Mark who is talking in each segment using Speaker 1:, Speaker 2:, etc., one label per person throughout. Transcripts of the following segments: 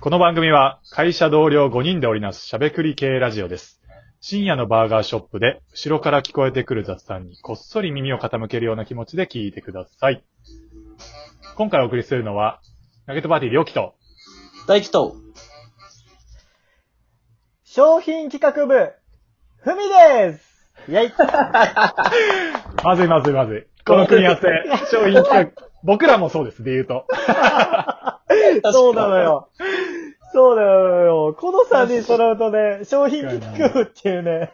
Speaker 1: この番組は会社同僚5人で織りなすしゃべくり系ラジオです。深夜のバーガーショップで後ろから聞こえてくる雑談にこっそり耳を傾けるような気持ちで聞いてください。今回お送りするのは、ナゲットパーティーりょうきと、
Speaker 2: 大輝と、
Speaker 3: 商品企画部、ふみです イェイ
Speaker 1: まずいまずいまずい。この組み合わせ、商品企画、僕らもそうです、で言うと。
Speaker 3: そうなのよ。そうなのよ。この3人揃うとね、商品企画部っていうね、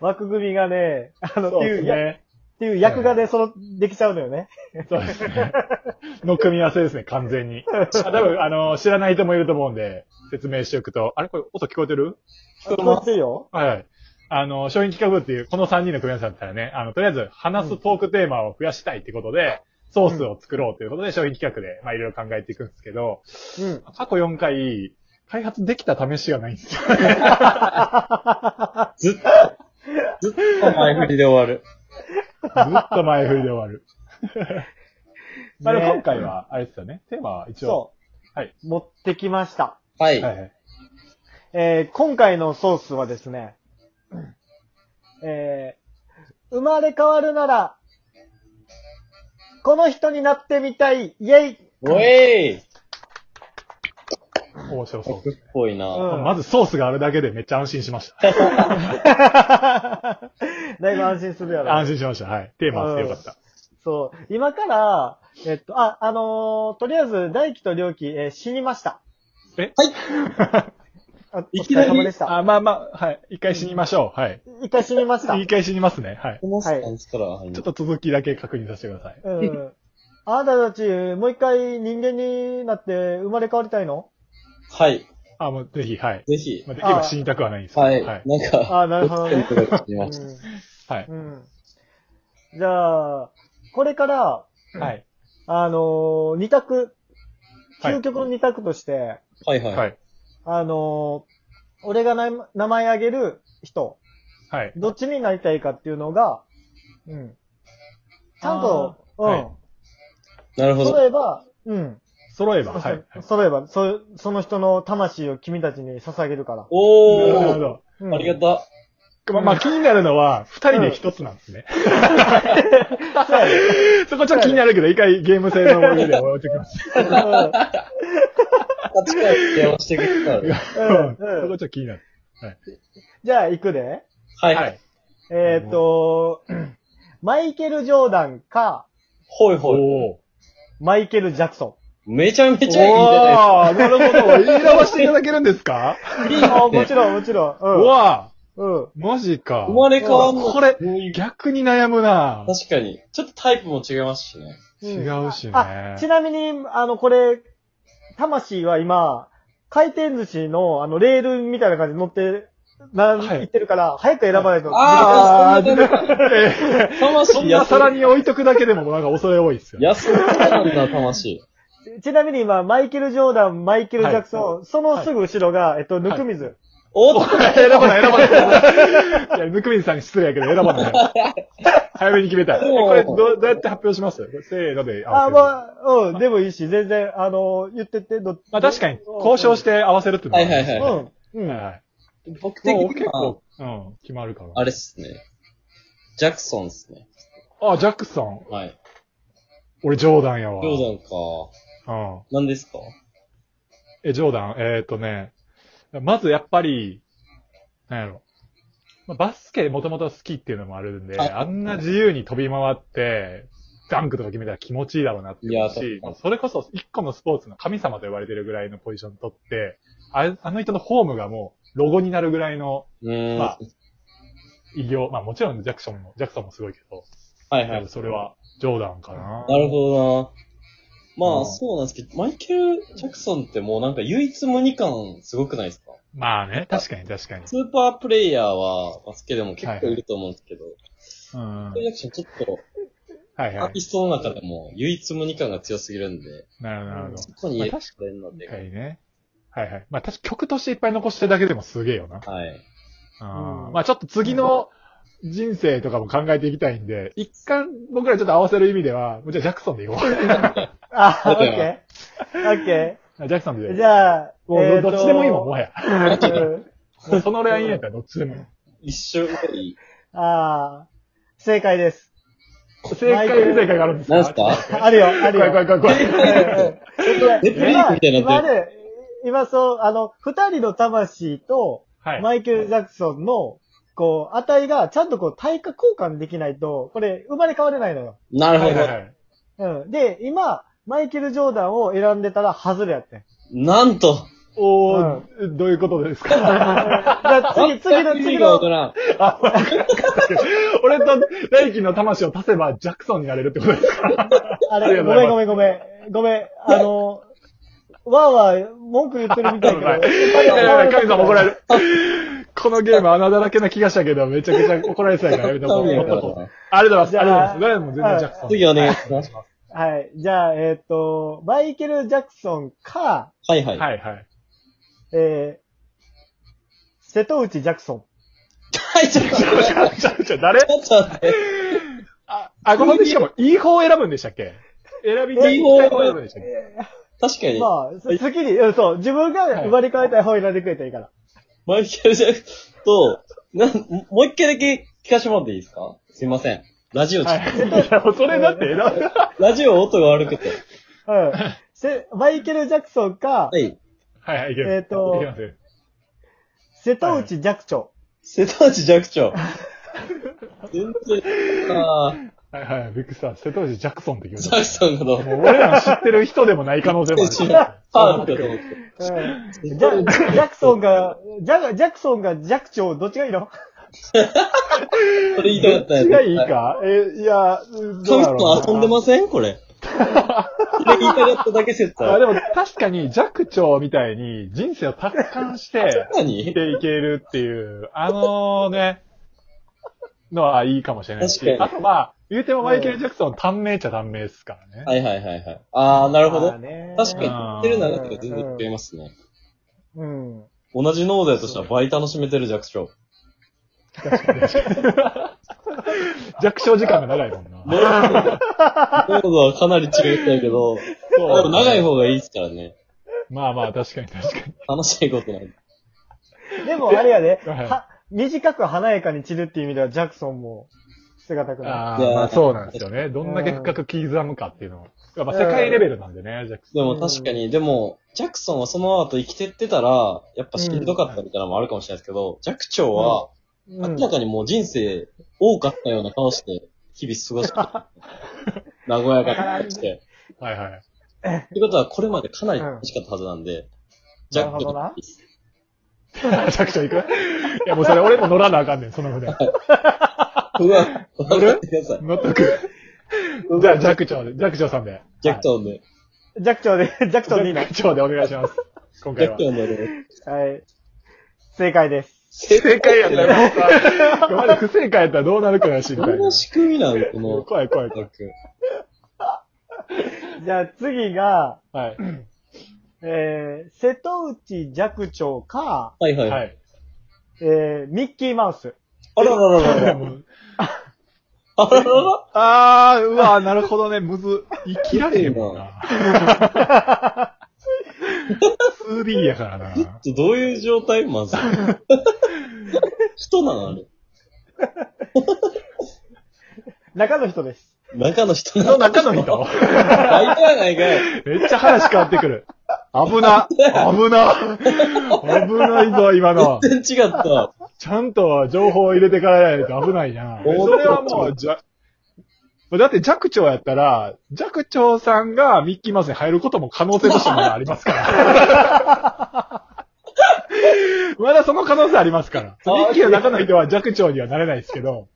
Speaker 3: 枠組みがね、あの、
Speaker 1: そう
Speaker 3: って
Speaker 1: で
Speaker 3: い
Speaker 1: す
Speaker 3: うや、っ
Speaker 1: ね。
Speaker 3: ていう役がね、その、できちゃうのよね。
Speaker 1: そうですね。の組み合わせですね、完全に。あ多分、あの、知らない人もいると思うんで、説明しておくと、あれこれ音聞こえてる
Speaker 3: 聞こえてるよ。
Speaker 1: はいはい。あの、商品企画部っていう、この3人の組み合わせだったらね、あの、とりあえず話すトークテーマを増やしたいってことで、ソースを作ろうということで、商品企画で、まあ、いろいろ考えていくんですけど、
Speaker 3: うん。
Speaker 1: 過去4回、開発できた試しがないん ですよ。
Speaker 2: ずっと、ずっと前振りで終わる。
Speaker 1: ずっと前振りで終わ る。まあ、でも今回
Speaker 3: ね、
Speaker 1: は、あれですよね、テーマは一応。
Speaker 3: そう。
Speaker 1: はい
Speaker 3: 持ってきました。
Speaker 2: はい。
Speaker 1: はいはい。
Speaker 3: えー今回のソースはですね、えー生まれ変わるなら、この人になってみたい、イェイ
Speaker 2: おえい
Speaker 1: 面白そう
Speaker 2: 僕。っぽいな。
Speaker 3: うん
Speaker 1: まずソースがあるだけでめっちゃ安心しました。
Speaker 3: だいぶ安心するやろ。
Speaker 1: 安心しました。はい。テーマあってよかった。
Speaker 3: そう。今から、えっと、あ、あのーとりあえず、大輝と良輝、えー死にました。
Speaker 1: え
Speaker 3: あ
Speaker 2: いきなり
Speaker 3: お疲れ様でした。
Speaker 1: あ、まあまあ、はい。一回死にましょう。はい。
Speaker 3: 一回死にました。
Speaker 1: 一回死にますね。はい。
Speaker 2: このスタンスから入
Speaker 1: ちょっと
Speaker 2: る。
Speaker 1: 続きだけ確認させてください。
Speaker 3: うん。あなたたち、もう一回人間になって生まれ変わりたいの
Speaker 2: はい。
Speaker 1: あ、もうぜひ、はい。
Speaker 2: ぜひ。
Speaker 1: まあ、できれば死にたくはないんですけど。
Speaker 2: はい。
Speaker 1: はい。
Speaker 2: なんか、
Speaker 3: あなるほどね。
Speaker 2: 僕が聞き
Speaker 3: う
Speaker 2: ました。
Speaker 3: ん。
Speaker 1: はい。
Speaker 3: うん。じゃあ、これから、
Speaker 1: はい。
Speaker 3: あのー二択、
Speaker 1: はい
Speaker 3: 究極の二択として、
Speaker 2: はいはい。
Speaker 1: はい。
Speaker 3: あのー俺がな名前あげる人、
Speaker 1: はい。
Speaker 3: どっちになりたいかっていうのが、うん。ちゃんと、うん、
Speaker 1: はい
Speaker 2: なるほ
Speaker 3: 揃
Speaker 2: ど。
Speaker 3: えば、うん。
Speaker 1: 揃えば、はい。はい
Speaker 3: 揃えば、そ、その人の魂を君たちに捧げるから。
Speaker 2: お
Speaker 1: なるほ
Speaker 2: ー。
Speaker 1: ど。
Speaker 3: うん
Speaker 2: ありがと
Speaker 1: まあ、まあ、気になるのは、二人で一つなんですね。 そこちょっと気になるけど、一回ゲーム性の思い出で終わっておきます。
Speaker 2: う。近い電話してくれたら。
Speaker 1: うんそこちょっと気になる。
Speaker 3: じゃあ、行くで。
Speaker 2: はいは。
Speaker 1: はいい。
Speaker 3: えーっと、マイケル・ジョーダンか、
Speaker 2: ほいほい。
Speaker 1: おー。
Speaker 3: マイケル・ジャクソ
Speaker 2: めちゃめちゃいいじゃ
Speaker 1: おーなるほど。言い合わせていただけるんですか
Speaker 2: ないです
Speaker 3: ン。あ
Speaker 2: か。いい
Speaker 3: も
Speaker 2: っ
Speaker 3: ち
Speaker 2: て。
Speaker 3: ろん、もちろ
Speaker 1: うわ
Speaker 3: ん。うん。
Speaker 1: ーマジか。
Speaker 2: 生まれ変わんの。
Speaker 1: これ、
Speaker 2: どういう
Speaker 1: 逆に悩むな
Speaker 2: 確かに。ちょっとタイプも違いますしね。
Speaker 1: 違うしね。
Speaker 3: あ、ちなみに、あの、これ、魂は今、回転寿司の、あの、レールみたいな感じに乗って、
Speaker 1: は
Speaker 3: な、
Speaker 1: い
Speaker 3: 行ってるから、早く選ばないと。
Speaker 2: あー、
Speaker 1: ー
Speaker 2: そんなタイ
Speaker 1: え
Speaker 2: プ
Speaker 1: ーそん
Speaker 2: 魂
Speaker 1: な
Speaker 2: 安
Speaker 1: 皿
Speaker 2: い。
Speaker 1: に置いとくだけでもなんか恐れ多いっすよね。
Speaker 2: 安いなんだ、魂。
Speaker 3: ちなみに今、マイケル・ジョーダン、マイケル・ジャクソン、そのすぐ後ろが、えっと、ぬくみず。
Speaker 2: おっと
Speaker 1: 選ばない、選ば ない。いや、ぬくみんさんに失礼やけど、選ばない。早めに決めたい。えこれどう、どうやって発表しますこれせーので。
Speaker 3: あ、
Speaker 1: 合わせる
Speaker 3: まあ、うん、でもいいし、全然、あの、言ってって、どっ
Speaker 1: まあ確かに、交渉して合わせるっていうの
Speaker 2: はいはいは
Speaker 3: うん。うん。
Speaker 1: はいはい
Speaker 2: 僕的
Speaker 1: もう
Speaker 2: に
Speaker 1: 結
Speaker 2: は
Speaker 1: 構、、うん、決まるかな。
Speaker 2: あれっすね。ジャクソンっすね。
Speaker 1: あ、ジャックソン。
Speaker 2: はい。
Speaker 1: 俺、ジョーダンやわ。
Speaker 2: ジョーダンか。
Speaker 1: うん。
Speaker 2: 何ですか
Speaker 1: え、ジョーダン、えーっ、とね、まずやっぱり、なんやろ。まあ、バスケもともと好きっていうのもあるんで、
Speaker 2: はい
Speaker 1: あんな自由に飛び回って、ダンクとか決めたら気持ちいいだろうなって思う
Speaker 2: いや
Speaker 1: し、
Speaker 2: そう
Speaker 1: それこそ一個のスポーツの神様と呼ばれてるぐらいのポジション取って、ああの人のフォームがもうロゴになるぐらいの
Speaker 2: うーん。
Speaker 1: まあ偉業、まあもちろんジャクソンも、ジャクソンもすごいけど、
Speaker 2: はい
Speaker 1: や
Speaker 2: は
Speaker 1: っ
Speaker 2: い
Speaker 1: ぱ。それはジョーダンかな。
Speaker 2: なるほどな。ま
Speaker 1: う
Speaker 2: あ、
Speaker 1: ん
Speaker 2: そうなんですけど、マイケル・ジャクソンってもうなんか唯一無二感すごくないですか
Speaker 1: まあね、確かに確かに。
Speaker 2: スーパープレイヤーはバスケでも結構いると思うんですけど、
Speaker 1: うん。は
Speaker 2: マイケル・ジャクソンちょっと
Speaker 1: い
Speaker 2: ア
Speaker 1: は
Speaker 2: ー
Speaker 1: い
Speaker 2: テ。ィストの中でも唯一無二感が強すぎるんで、
Speaker 1: なるほど、なるほど。
Speaker 2: そこに
Speaker 1: まあ
Speaker 2: 入れ
Speaker 1: 確
Speaker 2: てるので、
Speaker 1: は。いね。はいはい。まあ、確か曲としていっぱい残してるだけでもすげえよな。
Speaker 2: はい。
Speaker 1: あー
Speaker 3: うん
Speaker 1: まあ、ちょっと次の人生とかも考えていきたいんで、一貫僕らちょっと合わせる意味では、もうじゃあジャクソン でいこう。
Speaker 3: あ、オ
Speaker 2: だ
Speaker 3: ッ
Speaker 2: から
Speaker 3: ケー。オッケ
Speaker 1: ジャクソンで。
Speaker 3: ー。じゃあ、
Speaker 1: もう、
Speaker 3: えーと
Speaker 1: どっちでもいいもん、もはや。
Speaker 3: うん
Speaker 1: もうそのラインやったらどっちでもいい。
Speaker 2: 一瞬ぐらい。
Speaker 3: ああ、正解です。
Speaker 1: 正解不正解があるんですか
Speaker 2: 何すか
Speaker 3: あるよ、あるよ。
Speaker 1: 怖い怖い怖い怖い。
Speaker 2: レプリークみたいにな
Speaker 3: 今
Speaker 2: ってる。
Speaker 3: ね、今そう、あの、二人の魂と、
Speaker 1: はい。
Speaker 3: マイケル・ジャクソンの、こう、値が、ちゃんとこう、対価交換できないと、これ、生まれ変われないのよ。
Speaker 2: なるほ
Speaker 1: はいはい
Speaker 2: ど。
Speaker 1: はい
Speaker 3: うん。で、今、マイケル・ジョーダンを選んでたら、ハズレやって ん。
Speaker 2: なんと。
Speaker 1: おー、どういうことですか
Speaker 3: だから次、次の、
Speaker 2: 意味
Speaker 3: 次
Speaker 2: がわ
Speaker 3: の
Speaker 2: か、らん。
Speaker 1: 俺と大輝の魂を足せばジャクソンになれるってことですか
Speaker 3: あ
Speaker 1: あり
Speaker 3: れ、
Speaker 1: がと
Speaker 3: ご
Speaker 1: うございます
Speaker 3: めんごめんごめん。ごめん。あの、わーわー文句言ってるみたいだけど。
Speaker 1: やばいやばい神様怒られる。このゲーム穴だらけな気がしたけど、めちゃくちゃ怒られそうやから、やめと こう。
Speaker 2: や
Speaker 1: ほっ
Speaker 2: めと
Speaker 1: と
Speaker 2: こう
Speaker 1: こうありがとうございます。ありが
Speaker 3: じ
Speaker 1: とうございます。どれも全然ジャクソン。
Speaker 2: 次お願いします。
Speaker 3: はい。じゃあ、えっ、と、マイケル・ジャクソンか、
Speaker 2: はいはい。
Speaker 1: はいはい。
Speaker 3: えー瀬戸内ジャクソン。
Speaker 2: はい、ちょっと待って。
Speaker 1: ちょちょちょ、誰
Speaker 2: ちょっと待って。
Speaker 1: あ、あ、ごめんねしかも、いい方を選ぶんでしたっけ選びたい方を選ぶんでしたっけ
Speaker 2: 確かに。
Speaker 3: まあ、好きに、うん、そう、自分が生まれ変わりたい方を選んでくれたらいいから。
Speaker 2: マイケル・ジャクソンと、なん、もう一回だけ聞かせてもらっていいですかすいません。ラジオ、
Speaker 1: はい。いや、もうそれだって 選ぶ。
Speaker 2: ラジオ音が悪くて。
Speaker 3: うん。せマイケル・ジャクソンか
Speaker 2: は、い。
Speaker 1: はいはい、いけます。
Speaker 3: えーと
Speaker 1: いけます。
Speaker 3: 瀬戸内寂聴。
Speaker 2: 瀬戸内寂聴。全然、ああ、
Speaker 1: はいはい、びっくりした。瀬戸内ジャクソンって言う
Speaker 2: ジ
Speaker 1: の
Speaker 2: ャクソンがどうも。
Speaker 1: もう 俺らの知ってる人でもない可能性もある。
Speaker 2: 知らんああ、だと思って。
Speaker 3: うん。ジャジャクソンが、ジャジャクソンが寂聴、どっちがいいの
Speaker 2: それ言いた
Speaker 1: ど
Speaker 2: か
Speaker 1: っ
Speaker 2: ったんや
Speaker 1: ちがいいかえ、いや、どうだろうな
Speaker 2: 神と遊んでません これ。それ言いたかっただけ説
Speaker 1: あ
Speaker 2: あ
Speaker 1: で
Speaker 2: る。
Speaker 1: も確かに弱聴みたいに人生を達観して生き
Speaker 2: 何
Speaker 1: ていけるっていう、あのね、のはいいかもしれないし
Speaker 2: 確、か
Speaker 1: あ
Speaker 2: に
Speaker 1: とまあ、言うてもマイケル・ジャクソン短命っちゃ短命っすからね。
Speaker 2: はいはいはいはい。ああ、なるほど。
Speaker 3: まあ
Speaker 2: 確
Speaker 3: ね
Speaker 2: かに、言ってる流れとか全然違いますね。
Speaker 3: うん。
Speaker 2: 同じ脳だとしたら倍楽しめてる弱聴。
Speaker 1: 弱聴時間が長いもんな。
Speaker 2: 濃度はかなり違ったけど、
Speaker 1: そう
Speaker 2: 長い方がいいですからね。
Speaker 1: まあまあ、確かに確かに。
Speaker 2: 楽しいことなんで。
Speaker 3: でも、あれやで、
Speaker 1: はい
Speaker 3: は、短く華やかに散るっていう意味では、ジャクソンも、捨てがたくない。
Speaker 1: あーまあ、そうなんですよね。どんだけ深く刻むかっていうのを。やっぱ世界レベルなんでね、ジャクソン。
Speaker 2: でも確かに、でも、ジャクソンはその後生きてってたら、やっぱしんどかったみたいなのもあるかもしれないですけど、弱聴は、
Speaker 3: う
Speaker 2: 明
Speaker 3: ん
Speaker 2: らかにもう人生多かったような顔して、日々過 ごして、和やかにして。
Speaker 1: はい はい。
Speaker 2: ということは、これまでかなり楽しかったはずなんで、ジャック
Speaker 3: なるほどな
Speaker 2: です。
Speaker 1: 弱聴いくいや、もうそれ俺も乗らなあかんねん、その船。
Speaker 2: うわ、わかってください。
Speaker 1: 乗っとく。じゃあ、弱聴で、弱聴さんで。
Speaker 2: ジャックトンで。
Speaker 3: 寂聴で、寂聴でいいの。は
Speaker 1: 弱聴でお願いします。今
Speaker 2: ジャ
Speaker 1: 回は
Speaker 2: ック。トンで。
Speaker 3: い。正解です。
Speaker 2: 正解やったよ。
Speaker 1: まだ不正解やったらどうなるかが心
Speaker 2: ど
Speaker 1: 配
Speaker 2: ん。な仕組みなのこの、
Speaker 1: 怖い怖い
Speaker 2: ジ
Speaker 1: 怖
Speaker 2: ャ
Speaker 1: い。
Speaker 2: ック。
Speaker 3: じゃあ次が、
Speaker 1: はい。
Speaker 3: えー、瀬戸内寂聴か、
Speaker 2: はいはい。
Speaker 1: はい。
Speaker 3: えー、ミッキーマウス。
Speaker 2: あららららら。あらららら。
Speaker 1: あー、うわなるほどね、むず。生きられへんもん な。2D やからな。
Speaker 2: ちょどういう状態まず。人なのあれ。
Speaker 3: 中の人です。
Speaker 2: 中の人な
Speaker 1: の
Speaker 2: の
Speaker 1: 中の人
Speaker 2: 大体やないかい。
Speaker 1: めっちゃ話変わってくる。危な。危な。危ないぞ、今の。
Speaker 2: 全然違った。
Speaker 1: ちゃんと情報を入れてからやないと危ないな。
Speaker 2: おー
Speaker 1: それはもう、じゃ、だって弱聴やったら、弱聴さんがミッキーマウスに入ることも可能性としてまだありますから。 まだその可能性ありますから。ミッキーの中の人は弱聴にはなれないですけど、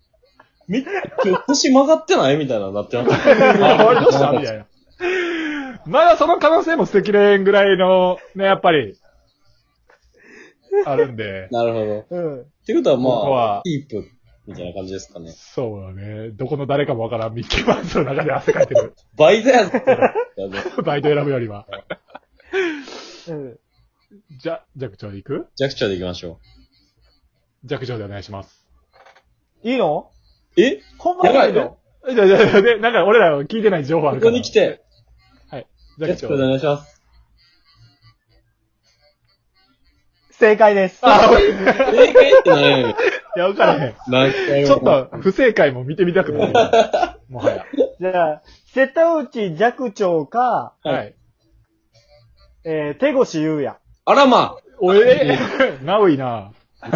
Speaker 2: み、今日腰曲がってないみたいなのになってます。
Speaker 1: あれどうしたみたいな。まだその可能性も捨てきれんぐらいの、ね、やっぱり、あるんで。
Speaker 2: なるほど。
Speaker 3: うん。
Speaker 2: ってことはま
Speaker 1: ここは
Speaker 2: あ、キープ、みたいな感じですかね。
Speaker 1: そうだね。どこの誰かもわからんミッキーマウスの中で汗かいてる。
Speaker 2: 倍だよ。
Speaker 1: バイト選ぶよりは。
Speaker 3: うん。
Speaker 1: じゃ、弱聴で行く
Speaker 2: 弱聴でいきましょ
Speaker 1: 弱聴でお願いします。
Speaker 3: いいの
Speaker 2: え
Speaker 3: ほんまにいい
Speaker 2: やばい
Speaker 3: の
Speaker 1: じゃあじゃあで、なんか俺らは聞いてない情報あ
Speaker 2: こ
Speaker 1: るか
Speaker 2: こ
Speaker 1: ら。
Speaker 2: に来。て、
Speaker 1: ジャ
Speaker 2: ジ
Speaker 1: ッ
Speaker 2: ャッ
Speaker 1: ク長
Speaker 2: クさんお願いします。
Speaker 3: 正解です。
Speaker 1: あ、
Speaker 2: 正解って何やねん。
Speaker 1: いや、わからへん。
Speaker 2: 何 回も
Speaker 1: ちょっと、不正解も見てみたくない。もはや。
Speaker 3: じゃあ、瀬戸内寂聴か、
Speaker 1: はい。
Speaker 3: えー、手越優也。
Speaker 2: あらま
Speaker 1: おえー、 ナウイな。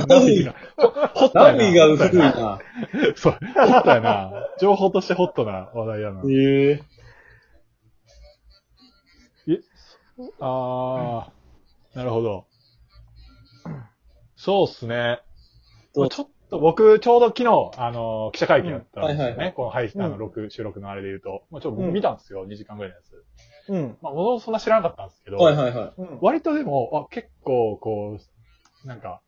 Speaker 1: ナウイな。ホットや
Speaker 2: ナ
Speaker 1: な。
Speaker 2: ビが古いな。
Speaker 1: そう、ホットやな。情報としてホットな話題やな。
Speaker 2: ええ。
Speaker 1: あー、なるほど。そうっすね。
Speaker 2: どう
Speaker 1: ちょっと僕、ちょうど昨日、あの記者会見やったんですよね。
Speaker 2: うんはいはいは
Speaker 1: この配信、あ
Speaker 3: う
Speaker 1: の、
Speaker 3: ん
Speaker 1: 録、収録のあれで言うと。まあ、ちょっと
Speaker 3: う
Speaker 1: 僕
Speaker 3: ん
Speaker 1: 見たんですよ、2時間ぐらいのやつ。
Speaker 3: うん。
Speaker 1: まあ、ものそんな知らなかったんですけど、
Speaker 2: はいはいはい。
Speaker 3: うん。
Speaker 1: 割とでも、あ、結構、こう、なんか、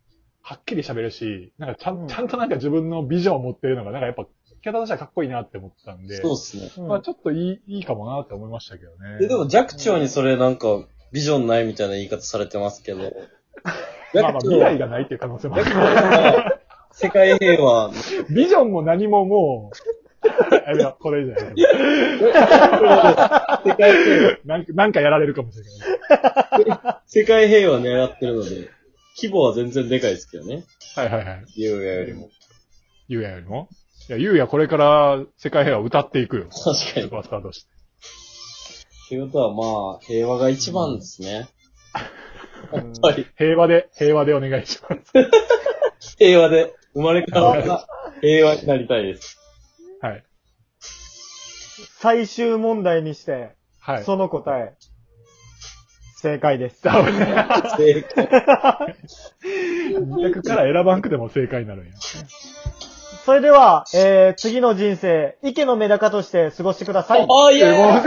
Speaker 1: はっきり喋るし、なんかちゃん、
Speaker 3: うん
Speaker 1: ちゃんとなんか自分のビジョンを持ってるのが、なんかやっぱ、聞き方としてはかっこいいなって思ったんで、
Speaker 2: そうっすね。
Speaker 1: まあちょっといい、いいかもなって思いましたけどね。
Speaker 2: え、でも弱長にそれなんか、ビジョンないみたいな言い方されてますけど。
Speaker 1: まあまあ
Speaker 2: 弱
Speaker 1: 未来
Speaker 2: 長
Speaker 1: がないっていう可能性もある。
Speaker 2: は、世界平和、
Speaker 1: ビジョンも何ももう、やめよう、これ以上やめよ
Speaker 2: 世界平和、
Speaker 1: うなんか。なんかやられるかもしれない。
Speaker 2: 世界平和狙ってるので、規模は全然でかいですけどね。
Speaker 1: はいはいはい。
Speaker 2: ゆうやよりも。
Speaker 1: ゆうやよりもいや、ゆうやこれから世界平和を歌っていくよ。ス
Speaker 2: 確かに
Speaker 1: ー。パースターとして。
Speaker 2: ということはまあ、平和が一番ですね。
Speaker 3: うん
Speaker 2: はい。
Speaker 1: 平和で、平和でお願いします。
Speaker 2: 平和で、生まれ変わった平和になりたいです。
Speaker 1: はい。
Speaker 3: 最終問題にして、
Speaker 1: はい。
Speaker 3: その答え、正解です。
Speaker 2: 正解。
Speaker 1: 二択から選ばんくでも正解になるんや。
Speaker 2: 哦
Speaker 3: それでは、えー、次の人生、池のメダカとして過ごしてください。
Speaker 2: あ、いや